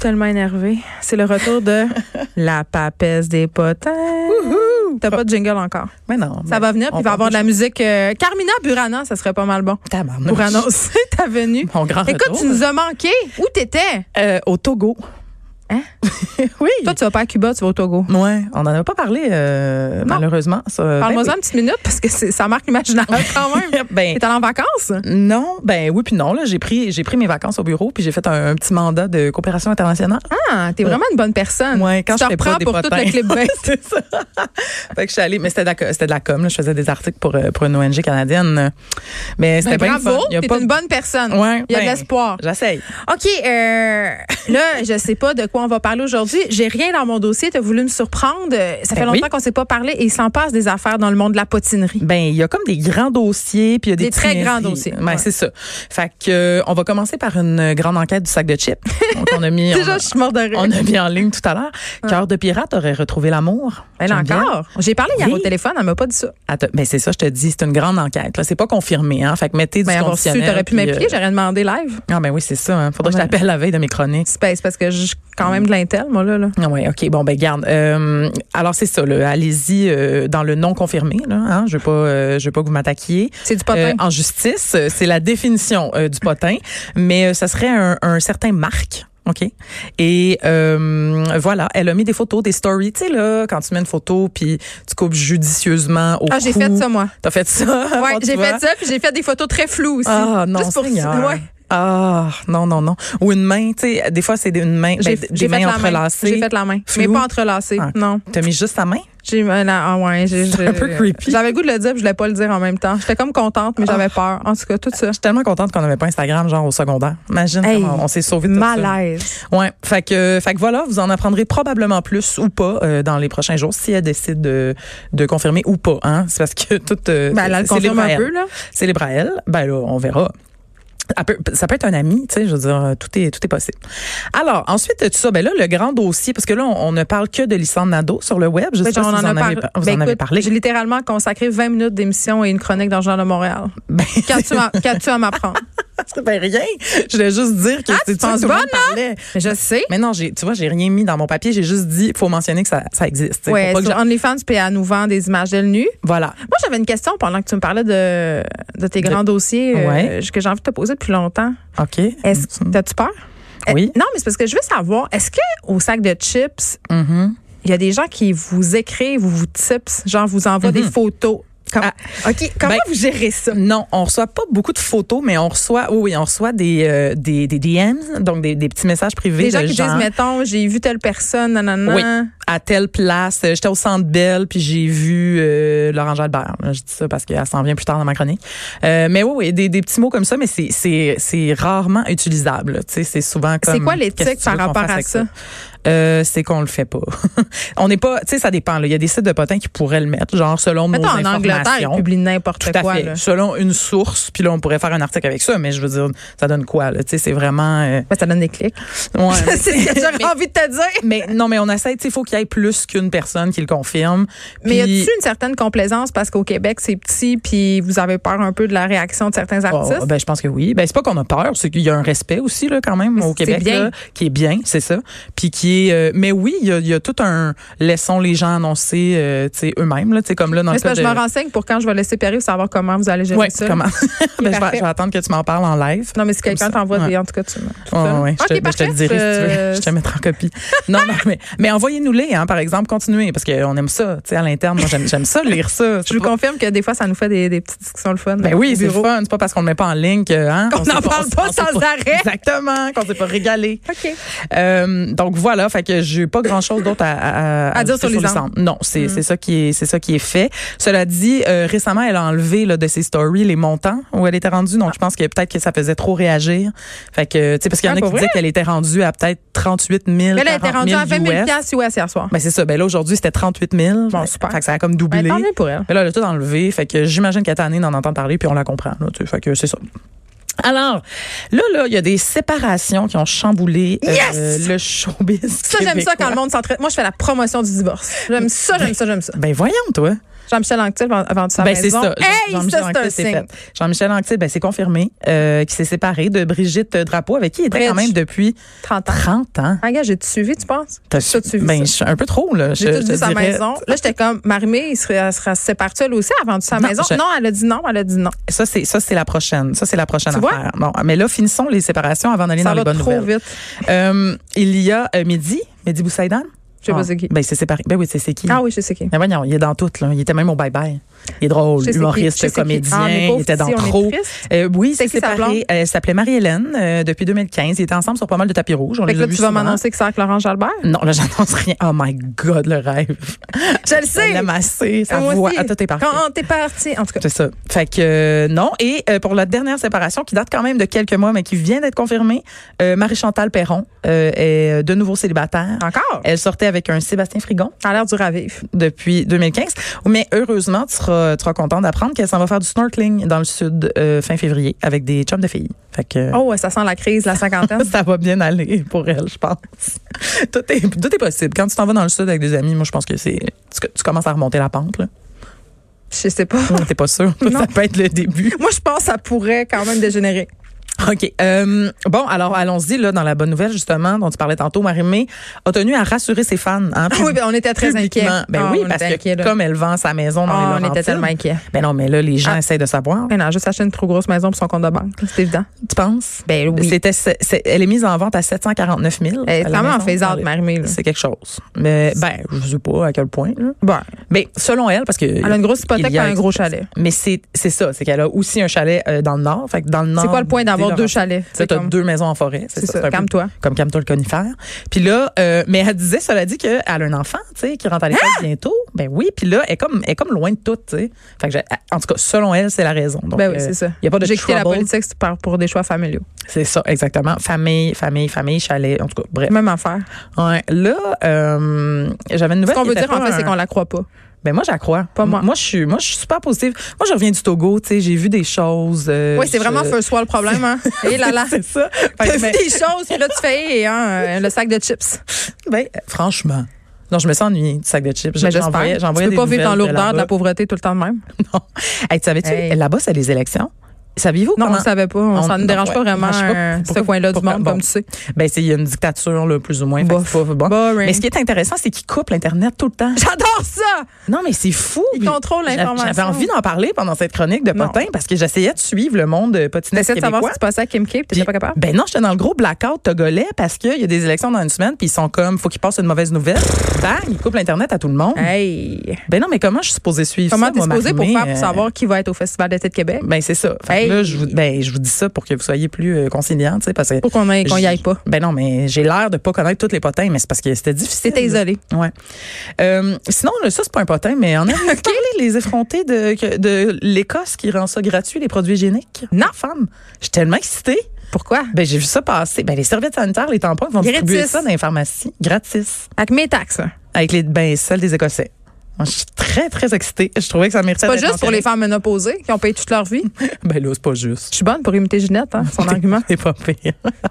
tellement énervée. C'est le retour de la papesse des potins. T'as pas de jingle encore. Mais non. Ça va venir, puis il Ben, va y avoir de la musique. euh, Carmina Burana, ça serait pas mal bon. Tabarnouche. Pour annoncer ta venue. Mon grand Écoute, retour. tu nous as manqué. Où t'étais? Euh, au Togo. Hein? oui. Toi, tu vas pas à Cuba, tu vas au Togo. Ouais, on n'en a pas parlé, euh, malheureusement. ça. Parle-moi-en Ben une petite minute, parce que c'est- ça marque l'imaginaire quand même. oui. Ben, T'es allé en vacances? non, ben oui puis non là, j'ai pris j'ai pris mes vacances au bureau puis j'ai fait un, un petit mandat de coopération internationale. Ah, t'es vraiment une bonne personne. Ouais, quand tu te je fais pas reprends des pour tout potins. le clip bait. C'est ça. fait que je suis allée, mais c'était de la, co- c'était de la com, là. je faisais des articles pour, euh, pour une ONG canadienne. Mais c'était Ben, bien le bravo, fun. Il y a t'es pas- une bonne personne. Ouais, Il y a ben, de l'espoir. J'essaye. OK, euh, là, je sais pas de quoi on va parler aujourd'hui. J'ai rien dans mon dossier. T'as voulu me surprendre. Euh, Ça Ben fait longtemps oui. qu'on s'est pas parlé et il s'en passe des affaires dans le monde de la potinerie. Ben, il y a comme des grands dossiers, puis il y a des, Des très petits grands niaiseries. dossiers, Ben, ouais. c'est ça. Fait que euh, on va commencer par une euh, grande enquête du sac de chips. Donc, on a mis on Déjà, a- je suis morte de rire. on a mis en ligne tout à l'heure. Cœur de pirate aurait retrouvé l'amour. Ben là, Geneviève. encore. J'ai parlé hier Oui. au téléphone, elle m'a pas dit ça. Attends, ben c'est ça, je te dis, c'est une grande enquête. Là, c'est pas confirmé, hein. Fait que mettez du Ben, avoir su, conditionnel. t'aurais pu puis, m'impliquer, euh, j'aurais demandé live. Ah ben oui, c'est ça. Hein. Faudrait que je Ouais. t'appelle la veille de mes chroniques. Space, parce que j'ai quand même de l'intel, moi, là. là. Ah Ouais, ok. Bon, ben garde. Euh, alors c'est ça. là. Allez-y euh, dans le non confirmé. Là, hein. Je veux pas, euh, je veux pas que vous m'attaquiez. C'est du potin. Euh, en justice, euh, c'est la définition euh, du potin, mais euh, ça serait un, un certain marque. OK. Et euh, voilà, elle a mis des photos, des stories. Tu sais, là, quand tu mets une photo, puis tu coupes judicieusement au ah, j'ai cou. fait ça, moi. T'as fait ça? Ouais, Bon, tu j'ai vois. fait ça, puis j'ai fait des photos très floues aussi. Ah non, Juste pour Seigneur. Ouais. Ah non, non, non. Ou une main, tu sais, des fois, c'est des- une main, ben, J'ai des j'ai fait, mains la main. entrelacées. J'ai fait la main. Mais Flou. pas entrelacée. Ah. Non. T'as mis juste ta main? J'ai euh, la- ah ouais, j'ai- C'est j'ai- un peu creepy. Ah. J'avais le goût de le dire, puis je voulais pas le dire en même temps. J'étais comme contente, mais j'avais peur. En tout cas, tout ça. Je suis tellement contente qu'on n'avait pas Instagram, genre au secondaire. Imagine Hey, comment on s'est sauvé de tout ça. Malaise. Ouais. Fait que, fait que voilà, vous en apprendrez probablement plus ou pas euh, dans les prochains jours si elle décide de, de confirmer ou pas. Hein? C'est parce que tout. euh, Ben, là, le c'est confirme libre à un elle. peu, là. C'est libre à elle. Ben là, on verra. Elle peut- ça peut être un ami, tu sais, je veux dire, euh, tout est, tout est possible. Alors, ensuite de tout ça, ben là, le grand dossier, parce que là, on, on ne parle que de Lissandre Nadeau sur le web. Je sais Ben, pas si on vous en, avez, parlé. par- vous Ben, en avez écoute, parlé. J'ai littéralement consacré 20 minutes d'émission et une chronique dans le Journal de Montréal. Ben, Qu'as-tu à- qu'as-tu à m'apprendre? ben, rien. Je voulais juste dire que Ah, c'est tu ça que penses tout le monde bonne, hein? parlait. Mais je sais. Mais non, j'ai, tu vois, j'ai rien mis dans mon papier. J'ai juste dit, faut mentionner que ça, ça existe. tu sais, Ouais, faut pas que sur je- OnlyFans, puis elle nous vend des images d'elle nue. Voilà. Moi, j'avais une question pendant que tu me parlais de, de tes De- grands dossiers euh, Ouais. que j'ai envie de te poser depuis longtemps. OK. Est-ce T'as-tu peur? Oui. Euh, non, mais c'est parce que je veux savoir, est-ce que au sac de chips, Mhm. il y a des gens qui vous écrivent ou vous tips, genre vous envoient Mhm. des photos? Comme- OK, comment ben, vous gérez ça? Non, on reçoit pas beaucoup de photos, mais on reçoit, oui, oui, on reçoit des, euh, des, des DMs, donc des, des petits messages privés Des gens de qui disent, mettons, j'ai vu telle personne, nanana. Oui. à telle place, euh, j'étais au Centre Bell, puis j'ai vu euh, Laurent Jalbert. Je dis ça parce qu'elle s'en vient plus tard dans ma chronique. Euh, mais oui, oui, des, des petits mots comme ça, mais c'est, c'est, c'est rarement utilisable. Tu sais, c'est souvent comme... C'est quoi l'éthique qu'est-ce que tu veux par qu'on rapport fasse à avec ça? Euh, c'est qu'on le fait pas. on n'est pas... Tu sais, ça dépend. là. Il y a des sites de potins qui pourraient le mettre, genre selon Mettons, nos en Angleterre, ils informations. publient Tout n'importe à quoi. fait. là. Selon une source, puis là, on pourrait faire un article avec ça, mais je veux dire, ça donne quoi, là? Tu sais, c'est vraiment... euh, Ben, ça donne des clics. ouais, mais- c'est ce que j'aurais mais- envie de te dire. mais non, mais on essaie, tu sais, il faut qu'il y ait plus qu'une personne qui le confirme. Mais y Puis- a-tu une certaine complaisance parce qu'au Québec, c'est petit, puis vous avez peur un peu de la réaction de certains Oh, artistes? ben, je pense que oui. Ben, c'est pas qu'on a peur, c'est qu'il y a un respect aussi, là, quand même, Mais au c'est Québec, bien. là, qui est bien, c'est ça. Puis qui est, euh, mais oui, il y a, il y a tout un, laissons les gens annoncer, euh, tu sais, eux-mêmes, là, tu sais, comme là, dans Mais le c'est parce cas que je me de- renseigne pour quand je vais laisser périr, savoir comment vous allez gérer Ouais, ça. comment? Ben, je, vais, parfait. je vais attendre que tu m'en parles en live. Non, mais si Comme quelqu'un ça. t'envoie Ouais. des. En tout cas, tu me. Ouais, ouais, ouais. Ok, je, te, ben, je te le parfait. dirai si tu veux. Euh, Je te mettrai en copie. Non, non, mais, mais envoyez-nous-les, hein, par exemple, continuez, parce qu'on aime ça, tu sais, à l'interne. Moi, j'aime j'aime ça, lire ça. Je vous confirme que des fois, ça nous fait des, des petites discussions le fun. Ben oui, au c'est le bureau. fun. C'est pas parce qu'on le met pas en ligne que, hein, Qu'on s'est n'en parle on s'est- pas on s'est sans arrêt. Exactement, qu'on s'est pas régalé. OK. Euh, donc voilà, fait que j'ai pas grand chose d'autre à, à, À dire sur les Mm. centres. Non, c'est c'est ça qui est c'est ça qui est fait. Cela dit, euh, récemment elle a enlevé là, de ses stories les montants où elle était rendue. Ah. Donc je pense que peut-être que ça faisait trop réagir. Fait que tu sais parce qu'il y en Ah, a pour qui vrai? disaient qu'elle était rendue à peut-être 38 000. Mais là, elle était 40 rendue à 20 000 US. piastres US hier soir. Ben c'est ça. Ben là aujourd'hui c'était 38 000. Bon, Ouais. super. Fait que ça a comme doublé. Ben, tant mieux pour elle. Mais là, elle a tout enlevé. Fait que j'imagine qu'à tannée d'en entendre parler, puis on la comprend. Là, tu sais. fait que c'est ça. Alors, là, là, il y a des séparations qui ont chamboulé euh, Yes! le showbiz. Ça, j'aime ça québécois. quand le monde s'entraide. Moi, je fais la promotion du divorce. J'aime ça, j'aime ça, j'aime ça. Ben voyons, toi. Jean-Michel Anctil a vendu sa Ben, c'est maison. ça. Jean- Hey, Jean-Michel ça, c'est un Anctil, c'est signe. fait. Jean-Michel Anctil, ben, c'est confirmé euh, qu'il s'est séparé de Brigitte Drapeau, avec qui il était quand Bridge. même depuis 30 ans. 30 ans. Ah, gars, j'ai-tu suivi, tu penses? T'as Ça, tu vis ben, ça. je suis un peu trop, là. J'ai Je- tout je vu sa dirais- maison. Là, j'étais comme, Marimé, il serait, elle sera séparée elle aussi, elle a vendu sa Non, maison. je- Non, elle a dit non, elle a dit non. Ça, c'est, ça, c'est la prochaine. Ça, c'est la prochaine Tu vois? affaire. Bon, mais là, finissons les séparations avant d'aller Ça dans les va bonnes trop nouvelles. vite. Euh, il y a euh, Mehdi, Mehdi Boussaïdan. Je sais pas c'est qui. Ben, c'est séparé. Ben oui, c'est, c'est qui. Ah oui, je sais qui. Ben voyons, il est dans tout, là. Il était même au bye-bye. Il est drôle, Je sais qui, je sais humoriste, qui. comédien, Ah, on est pauvres il était dans ici, on est trop. tristes. Euh, oui, C'est c'est qui sa blonde? séparé. Euh, Elle s'appelait Marie-Hélène euh, depuis 2015. Ils étaient ensemble sur pas mal de tapis rouges. On Fait que les là, a vus tu vas souvent. m'annoncer que c'est avec Laurent Jalbert. Non, là, j'annonce rien. Oh my God, le rêve. Je le sais. Elle l'aime assez, sa Moi voix. aussi. Ah, tout est parfait. Quand t'es parti, en tout cas. C'est ça. Fait que euh, non. Et euh, pour la dernière séparation, qui date quand même de quelques mois, mais qui vient d'être confirmée, euh, Marie-Chantal Perron euh, est de nouveau célibataire. Encore? Elle sortait avec un Sébastien Frigon T'as l'air du ravif. depuis 2015. Mais heureusement, tu seras, tu seras content d'apprendre qu'elle s'en va faire du snorkeling dans le sud euh, fin février avec des chums de filles. Fait que euh, Oh, ouais, ça sent la crise, la cinquantaine. ça va bien aller pour elle, je pense. tout, est, tout est possible. Quand tu t'en vas dans le sud avec des amis, moi, je pense que c'est tu, tu commences à remonter la pente. Là. je sais pas. T'es pas sûr. Non. Ça peut être le début. Moi, je pense que ça pourrait quand même dégénérer. OK. Euh, bon, alors allons-y là dans la bonne nouvelle justement dont tu parlais tantôt. Marie-Mé a tenu à rassurer ses fans. Hein, Ah oui, ben, on était très publiquement. inquiets. Ben Ah, oui, on parce était que inquiets, là. comme elle vend sa maison dans Ah, les on était Laurentides, tellement inquiets. Ben non, mais là les gens Ah. essaient de savoir. Mais non, juste acheter une trop grosse maison pour son compte de banque, c'est évident. Tu penses Ben C'était, c'est- c'est- elle est mise en vente à 749 000. Elle est à la quand même en maison. faisade, Marimé. là. C'est quelque chose. Mais ben, je sais pas à quel point. Là. Bon, Ben, selon elle, parce que elle a une grosse hypothèque il y et a un gros chalet. Mais c'est, c'est ça, c'est qu'elle a aussi un chalet euh, dans le nord. Fait que dans le nord. C'est quoi le point d'avoir des deux Laurentides, chalets? Là, t'as comme- deux maisons en forêt. C'est ça, un peu calme-toi. Comme calme-toi le conifère. Puis là, euh, mais elle disait, cela dit, qu'elle a un enfant, tu sais, qui rentre à Ah! l'école bientôt. Ben oui, puis là, elle est comme, elle est comme loin de tout, tu sais. Fait que j'ai- en tout cas, selon elle, c'est la raison. Donc, Ben oui, euh, c'est ça. y a pas de J'ai quitté la trouble. politique c'est par- pour des choix familiaux. C'est ça, exactement. Famille, famille, famille, chalet, en tout cas, bref. Même affaire. Ouais, là, euh, j'avais Ce une nouvelle. qu'on qui veut était dire, en pas fait, un- c'est qu'on la croit pas. Ben moi, j'accrois. Pas moi. Moi, je suis, moi, je suis super positive. Moi, je reviens du Togo, tu sais, j'ai vu des choses. euh, Oui, c'est je- vraiment first world problème, hein. Et là, là. C'est ça. Fait que, T'as vu mais- des choses, puis là, tu fais, eh, hein, euh, le sac de chips. Ben, euh, franchement. Non, je me sens ennuyée du sac de chips. Mais J'en- j'envoyais- j'espère. Tu j'envoyais peux des pas vivre dans nouvelles l'ourdeur de la là-bas. pauvreté tout le temps de même. Non. Hey, tu savais-tu, Hey. là-bas, c'est les élections. Saviez-vous Non, on comment? ne savait pas. On, On- ça ne non, dérange pas ouais. vraiment Je sais pas euh, ce pourquoi- coin-là du pourquoi- monde, bon. comme tu sais. Ben, c'est, il y a une dictature, là, plus ou moins. Fait que Bof. c'est pas- bon. Boring. Mais ce qui est intéressant, c'est qu'ils coupent l'Internet tout le temps. J'adore ça! Non, mais c'est fou. Ils Puis contrôlent j'a- l'information. J'avais envie d'en parler pendant cette chronique de Non. Potin parce que j'essayais de suivre le monde euh, potinet T'essaies de savoir ce québécois. qui se passait à Kim K, puis t'étais Puis- pas capable. Ben non, j'étais dans le gros blackout togolais parce qu'il y a des élections dans une semaine, puis ils sont comme, faut qu'ils passent une mauvaise nouvelle. Bang, ils coupent l'Internet à tout le monde. Hey! Ben non, mais comment je suis supposée suivre Comment ça? t'es moi, supposé pour Marie-Mé, faire pour euh, savoir qui va être au Festival d'été de Québec? Ben c'est ça. Fait que Hey. là, je vous, ben, je vous dis ça pour que vous soyez plus euh, conciliants, tu sais, parce que. Pour qu'on aille- qu'on y aille pas. Ben non, mais j'ai l'air de pas connaître tous les potins, mais c'est parce que c'était difficile. C'était isolé. Ouais. Euh, sinon, là, ça, c'est pas un potin, mais on a parlé les effrontés de, que- de l'Écosse qui rend ça gratuit, les produits hygiéniques. Non, femme. Je suis tellement excitée. Pourquoi? Ben, j'ai vu ça passer. Ben, les serviettes sanitaires, les tampons, ils vont Gratis. distribuer ça dans les pharmacies. Gratis. Avec mes taxes. hein. Avec les, ben, celles des Écossais. Moi, je suis très, très excitée. Je trouvais que ça méritait C'est pas d'être juste pour les femmes ménopausées qui ont payé toute leur vie. Je Ben là, c'est pas juste. suis bonne pour imiter Ginette, hein, son argument. C'est pas pire.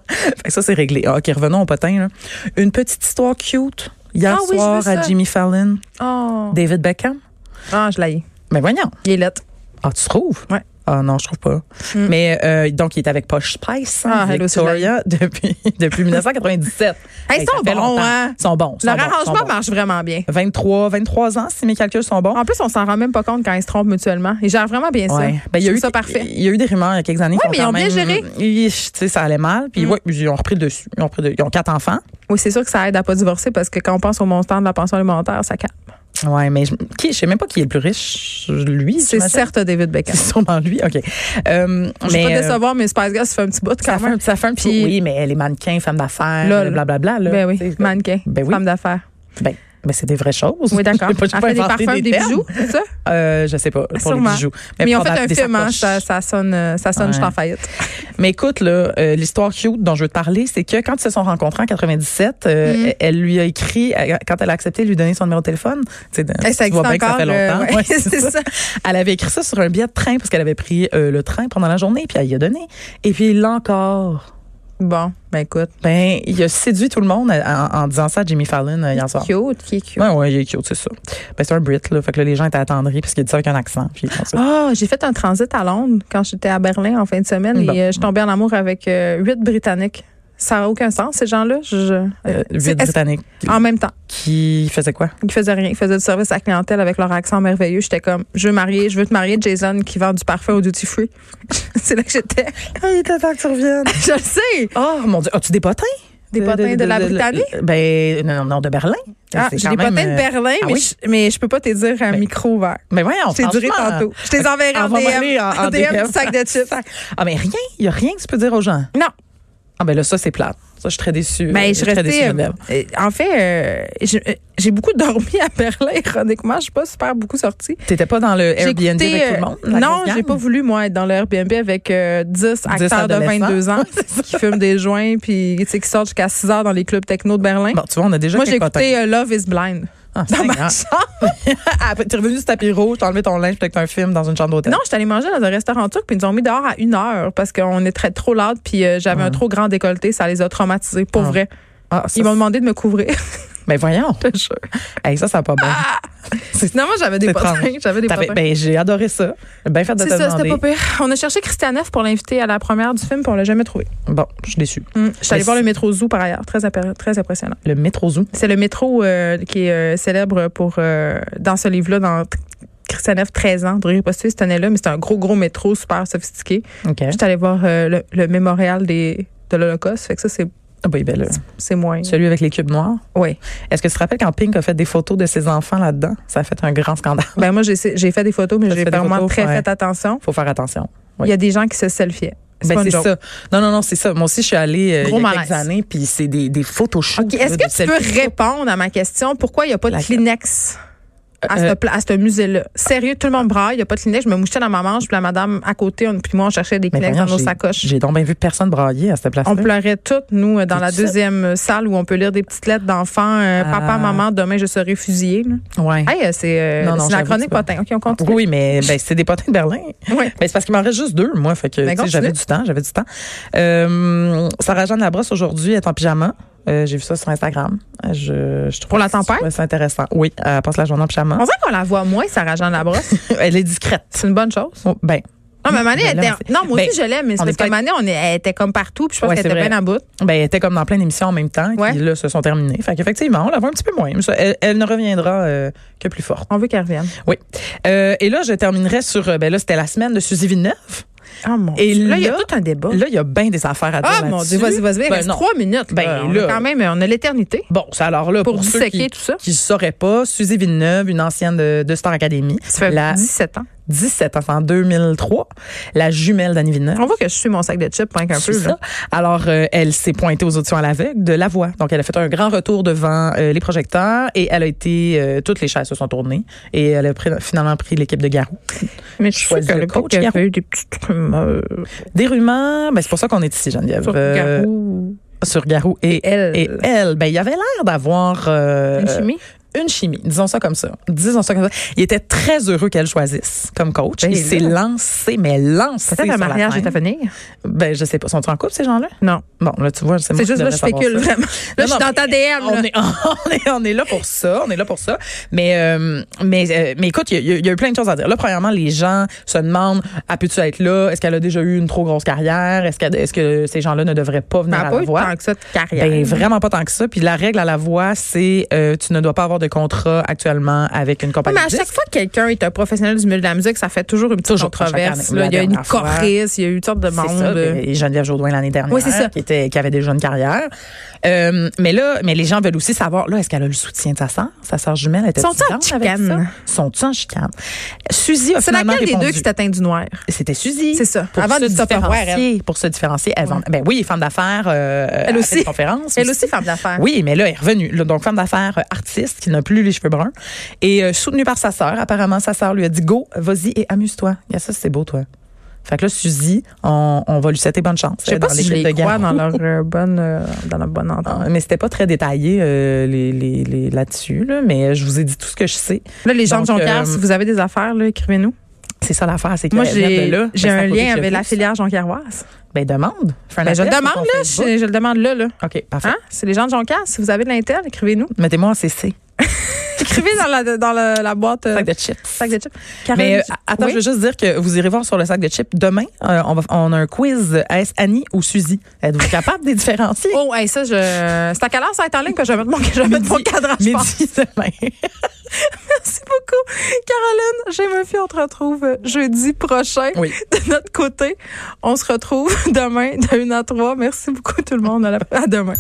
Fait que ça, c'est réglé. Ah, OK, revenons au potin. là. Une petite histoire cute. Hier Ah oui, je soir, veux ça. à Jimmy Fallon, Oh! David Beckham. Ah, je l'ai. Mais voyons. Il est lettre. Ah, tu trouves? Ouais. Ah non, je trouve pas. Mm. Mais euh, donc, il est avec Posh Spice, hein, Ah, elle aussi, Victoria, depuis, depuis 1997. Hey, ils ça sont fait bons, longtemps. hein? Ils sont bons. ils Leur sont bons, ils sont arrangement bons. marche vraiment bien. 23, 23 ans, si mes calculs sont bons. En plus, on s'en rend même pas compte quand ils se trompent mutuellement. Ils gèrent vraiment bien Ouais. ça. Ben, il y Je a trouve eu ça parfait. Il y a eu des rumeurs il y a quelques années. Ouais, qui ont mais ils quand ont bien même- géré. Ils- Tu sais, ça allait mal. Puis Mm. ouais, ils ont repris le dessus. Ils ont, repris le- ils ont quatre enfants. Oui, c'est sûr que ça aide à pas divorcer parce que quand on pense au montant de la pension alimentaire, ça calme. Ouais, mais je, qui, je sais même pas qui est le plus riche. Lui, C'est j'imagine. certes David Beckham. C'est sûrement lui. OK. Euh, Je vais pas euh, décevoir, mais Spice Girls, ça fait un petit bout ça quand fait, même. un- ça fait un petit. Puis- oui, mais les mannequins, femmes d'affaires, Là, là. blablabla. là, Ben oui, tu sais, mannequin, Ben oui. femme d'affaires. Ben, ben, c'est des vraies choses. Oui, d'accord. J'ai pas- Elle j'ai pas fait des inventé parfums, des, termes. bijoux, c'est ça? Euh, je sais pas. Pour Sûrement. les bijoux. Mais, ils ont fait probable- un des film, hein, sacoches. ça, ça sonne, euh, ça sonne, je suis en faillite. Mais écoute, là, euh, l'histoire cute dont je veux te parler, c'est que quand ils se sont rencontrés en 97, euh, Mm. elle lui a écrit, euh, quand elle a accepté de lui donner son numéro de téléphone, tu sais, Eh, ça tu existe vois bien que ça encore, fait le- ouais, longtemps. Ouais, c'est ça. Elle avait écrit ça sur un billet de train parce qu'elle avait pris euh, le train pendant la journée, puis elle y a donné. Et puis il l'a encore. Bon, ben écoute. Ben, il a séduit tout le monde euh, en, en disant ça à Jimmy Fallon euh, hier soir. Cute, qui est cute. Ouais, ouais, il est cute, c'est ça. Ben, c'est un Brit, là. Fait que là, les gens étaient attendris parce qu'il dit ça avec un accent. Puis, ils font ça. Ah, j'ai fait un transit à Londres quand j'étais à Berlin en fin de semaine Hmm, Bon. et euh, je suis tombée en amour avec euh, huit Britanniques. Ça n'a aucun sens, ces gens-là. Je- je- Euh, Ah, c'est- Vite est-ce- britannique. en même temps, Qui faisait quoi? ils faisaient rien. Ils faisaient du service à la clientèle avec leur accent merveilleux. J'étais comme, je veux marier, je veux te marier, Jason, qui vend du parfum au duty free. C'est là que j'étais. Ah, il était temps que tu reviennes. je le sais. Oh, mon Dieu. As-tu des potins? Des potins de, la Britannie. Ben, non, non, non, de Berlin. Ah, C'est j'ai quand des potins même, de euh, Berlin, ah mais, oui? je, mais je peux pas te dire un Ben, micro ouvert. Mais voyons, Je t'ai duré franchement. euh, tantôt. Je t'ai enverrai en, Envoie-moi DM, aller en- en en DM DM. du sac de chips. Ah, mais rien. Il n'y a rien que tu peux dire aux gens. Non. Ah, ben là, ça, c'est plate. Ça, je suis très déçue. Ben, je suis très déçue restais. de Deb. euh, en fait, euh, j'ai- euh, j'ai beaucoup dormi à Berlin, ironiquement. Je suis pas super beaucoup sortie. T'étais pas dans le J'ai Airbnb écouté, avec tout le euh, monde? la non, grosse j'ai gang? pas voulu, moi, être dans le Airbnb avec euh, 10 acteurs de adolescents. 22 ans qui fument des joints puis tu sais, qui sortent jusqu'à 6 heures dans les clubs techno de Berlin. Bon, tu vois, on a déjà moi, j'ai quelques potins. écouté euh, Love is Blind. Ah, Dans ma Seigneur. chambre. Après, t'es revenu du tapis rouge, t'as enlevé ton linge, peut-être un film dans une chambre d'hôtel. Non, j'étais allée manger dans un restaurant turc puis ils nous ont mis dehors à une heure parce qu'on était trop loud puis euh, j'avais un trop grand décolleté. Ça les a traumatisés, pour Ah. vrai. Ah, ça, Ils m'ont demandé de me couvrir. Ben voyons. Hey, ça, ça va pas bien. Ah, Non, moi, j'avais des C'est potins. étrange. J'avais des T'avais- potins. ben, j'ai adoré ça. Ben fait de C'est te ça, c'était demander. pas pire. On a cherché Christianeff pour l'inviter à la première du film, puis on l'a jamais trouvé. Bon, je suis déçue. Mm. Je suis allée Hmm. Mais voir c'est- le métro Zoo par ailleurs, très, appar- très impressionnant. Le métro zoo. C'est le métro euh, qui est euh, célèbre pour euh, dans ce livre-là, dans T- Christianeff 13 ans, Drury Postulé cette année-là, mais c'est un gros, gros métro super sophistiqué. OK. Je suis allée voir euh, le, le mémorial des, de l'Holocauste, fait que ça, c'est, Ah, oui, ben là, c'est moins. Celui avec les cubes noirs. Oui. Est-ce que tu te rappelles quand Pink a fait des photos de ses enfants là-dedans? Ça a fait un grand scandale. Ben, moi, j'ai, j'ai fait des photos, mais T'as j'ai fait des vraiment photos, très ouais. fait attention. Faut faire attention. Il Oui. y a des gens qui se selfiaient. C'est Ben, pas une c'est joke. ça. Non, non, non, c'est ça. Moi aussi, je suis allée euh, Gros il y a malaise. quelques années, puis c'est des, des photoshoots. OK, est-ce là, que de tu selfies. peux répondre à ma question? Pourquoi il n'y a pas de Laquelle? Kleenex à Euh, ce, pla- à ce musée-là? Sérieux, tout le monde braille, il n'y a pas de Kleenex. Je me mouchais dans ma manche, puis la madame à côté, on, puis moi, on cherchait des Mais Kleenex voyons, dans nos j'ai- sacoches. J'ai donc bien vu personne brailler à cette place-là. On pleurait toutes, nous, euh, dans T'es la toute seule? deuxième euh, salle où on peut lire des petites lettres d'enfants. euh, Ah. Papa, maman, demain, je serai fusillée. là. Ouais. Hey, euh, c'est euh, Non, non, c'est la j'avoue, chronique c'est pas- potin. OK, on continue. Oui, mais ben, c'est des potins de Berlin. Ouais. Ben, c'est parce qu'il m'en reste juste deux, moi. Fait que Ben, tu sais, j'avais continue. du temps, j'avais du temps. Euh, Sarah Jeanne Labrosse aujourd'hui est en pyjama. Euh, J'ai vu ça sur Instagram. Euh, Je, je trouve Pour la que c'est- tempête? Ah ouais, C'est intéressant. Oui, elle passe la journée en pyjama. On dirait qu'on la voit moins, Sarah Jeanne Labrosse. Elle est discrète. c'est une bonne chose. Oh, ben, Non, mais Mané, Ben elle là, était. Non, moi ben, aussi, je l'aime, mais c'est on parce est que peut-être- Mané, on est- elle était comme partout, puis je pense Ouais, qu'elle c'est était vrai. bien à bout. ben, elle était comme dans plein d'émissions en même temps. Ouais. Qui, là, se sont terminées. Fait qu'effectivement, on la voit un petit peu moins. Mais ça, Elle, elle ne reviendra euh, que plus forte. On veut qu'elle revienne. Oui. Euh, et là, je terminerai sur. euh, Ben là, c'était la semaine de Suzy Villeneuve. Ah mon Et Dieu. là, il y a là- tout un débat. Là, il y a bien des affaires à dire. Oh. Ah mon Dieu, là-dessus. vas-y, vas-y, il Ben reste non. trois minutes. Ben, là. On a là. quand même, on a l'éternité Bon, c'est alors là pour, pour ceux disséquer qui, tout ça. qui ne sauraient pas, Suzy Villeneuve, une ancienne de, de Star Academy, Ça fait la 17 ans. 17 enfin en 2003, la jumelle d'Annie Villeneuve. On voit que je suis mon sac de chips, point qu'un peu. C'est là. ça. Alors, euh, elle s'est pointée aux auditions à l'aveugle de La Voix. Donc, elle a fait un grand retour devant euh, les projecteurs et elle a été... euh, toutes les chaises se sont tournées et elle a pris- finalement pris l'équipe de Garou. Mais je suis Choisis que le le coach, coach avait Garou. eu des petites rumeurs Des rumeurs, ben, c'est pour ça qu'on est ici, Geneviève. sur Euh, Garou. sur Garou et, Et elle. Et elle, ben, il y avait l'air d'avoir... euh, Une chimie. une chimie, disons ça comme ça. Disons ça comme ça. Il était très heureux qu'elle choisisse comme coach. Ben il là. s'est lancé, mais lancé. Peut-être un sur la mariage est scène. à venir. Ben, je sais pas. Sont-ils en couple, ces gens-là? Non. Bon, là, tu vois, c'est C'est moi qui juste là, devrais je savoir spécule ça. vraiment. Là, je Non, suis non, dans ta DM. On là. est, on, est, on est là pour ça, on est là pour ça. Mais, euh, mais, euh, mais écoute, il y, a- il y a eu plein de choses à dire. Là, premièrement, les gens se demandent, ah, peux-tu être là? Est-ce qu'elle a déjà eu une trop grosse carrière? Est-ce, qu'elle- est-ce que ces gens-là ne devraient pas Mais venir elle a Ben, à pas la eu voix? tant que ça de carrière. Ben, vraiment pas tant que ça. Puis la règle à la voix, c'est euh, tu ne dois pas avoir de contrat actuellement avec une Ouais, compagnie. mais à de disques. chaque fois que quelqu'un est un professionnel du milieu de la musique, ça fait toujours une petite Toujours, chaque controverse. année, là. la Il y a une dernière fois. choriste, il y a eu une sorte de C'est ça, monde. euh, ben, Geneviève Jaudoin l'année dernière, Oui, c'est ça. Qui, était, qui avait déjà une carrière. Euh, mais là, mais les gens veulent aussi savoir, là, est-ce qu'elle a le soutien de sa sœur? Sa sœur jumelle était Sont-ils en chicane? Sont-ils en chicane? Suzy a C'est finalement laquelle des répondu. deux qui t'atteint du noir? C'était Suzy. C'est ça. Pour Avant se du Tupperware, elle. différencier. Pour se différencier, elle vend- Ben oui, femme d'affaires. euh, Elle a aussi. fait des conférences. Elle aussi, femme d'affaires. Oui, mais là, elle est revenue. Là, donc, femme d'affaires, euh, artiste, qui n'a plus les cheveux bruns. Et euh, soutenue par sa sœur. Apparemment, sa sœur lui a dit Go, vas-y et amuse-toi. Il y a ça, c'est beau, toi. Fait que là, Suzy, on, on va lui souhaiter bonne chance. Je sais euh, pas dans si je l'équipe les de crois Garou. dans leur euh, bonne, euh, dans leur bonne entente. Ah, Mais c'était pas très détaillé euh, les, les, les- là-dessus, là, mais euh, je vous ai dit tout ce que je sais. Là, les gens Donc, de Jonquière, euh, si vous avez des affaires, là, écrivez-nous. C'est ça l'affaire, c'est que Moi, elle vient j'ai de là, j'ai ben, c'est un à côté de lien chez avec vous. la filière jonquièroise. Ben demande. Fais un Ben, je le appel sur demande, ton là. Facebook. Je, je le demande là, là. OK, parfait. Hein? C'est les gens de Jonquière. Si vous avez de l'intel, écrivez-nous. Mettez-moi en CC. Écrivez dans la, dans la, la boîte. euh, Sac de chips. sac de chips. Caroline, Mais euh, tu- attends, oui? je veux juste dire que vous irez voir sur le sac de chips demain. euh, on, va, on a un quiz. euh, Est-ce Annie ou Suzy? Êtes-vous capable de les différencier? Oh, hey, ça, je. C'est à quelle heure ça va être en ligne que je vais mettre mon, je vais mettre mon cadrage? je pense. Midi demain. Merci beaucoup. Caroline, j'ai Murphy, on te retrouve jeudi prochain. Oui. De notre côté, on se retrouve demain de 1 à 3. Merci beaucoup tout le monde. À la- à demain.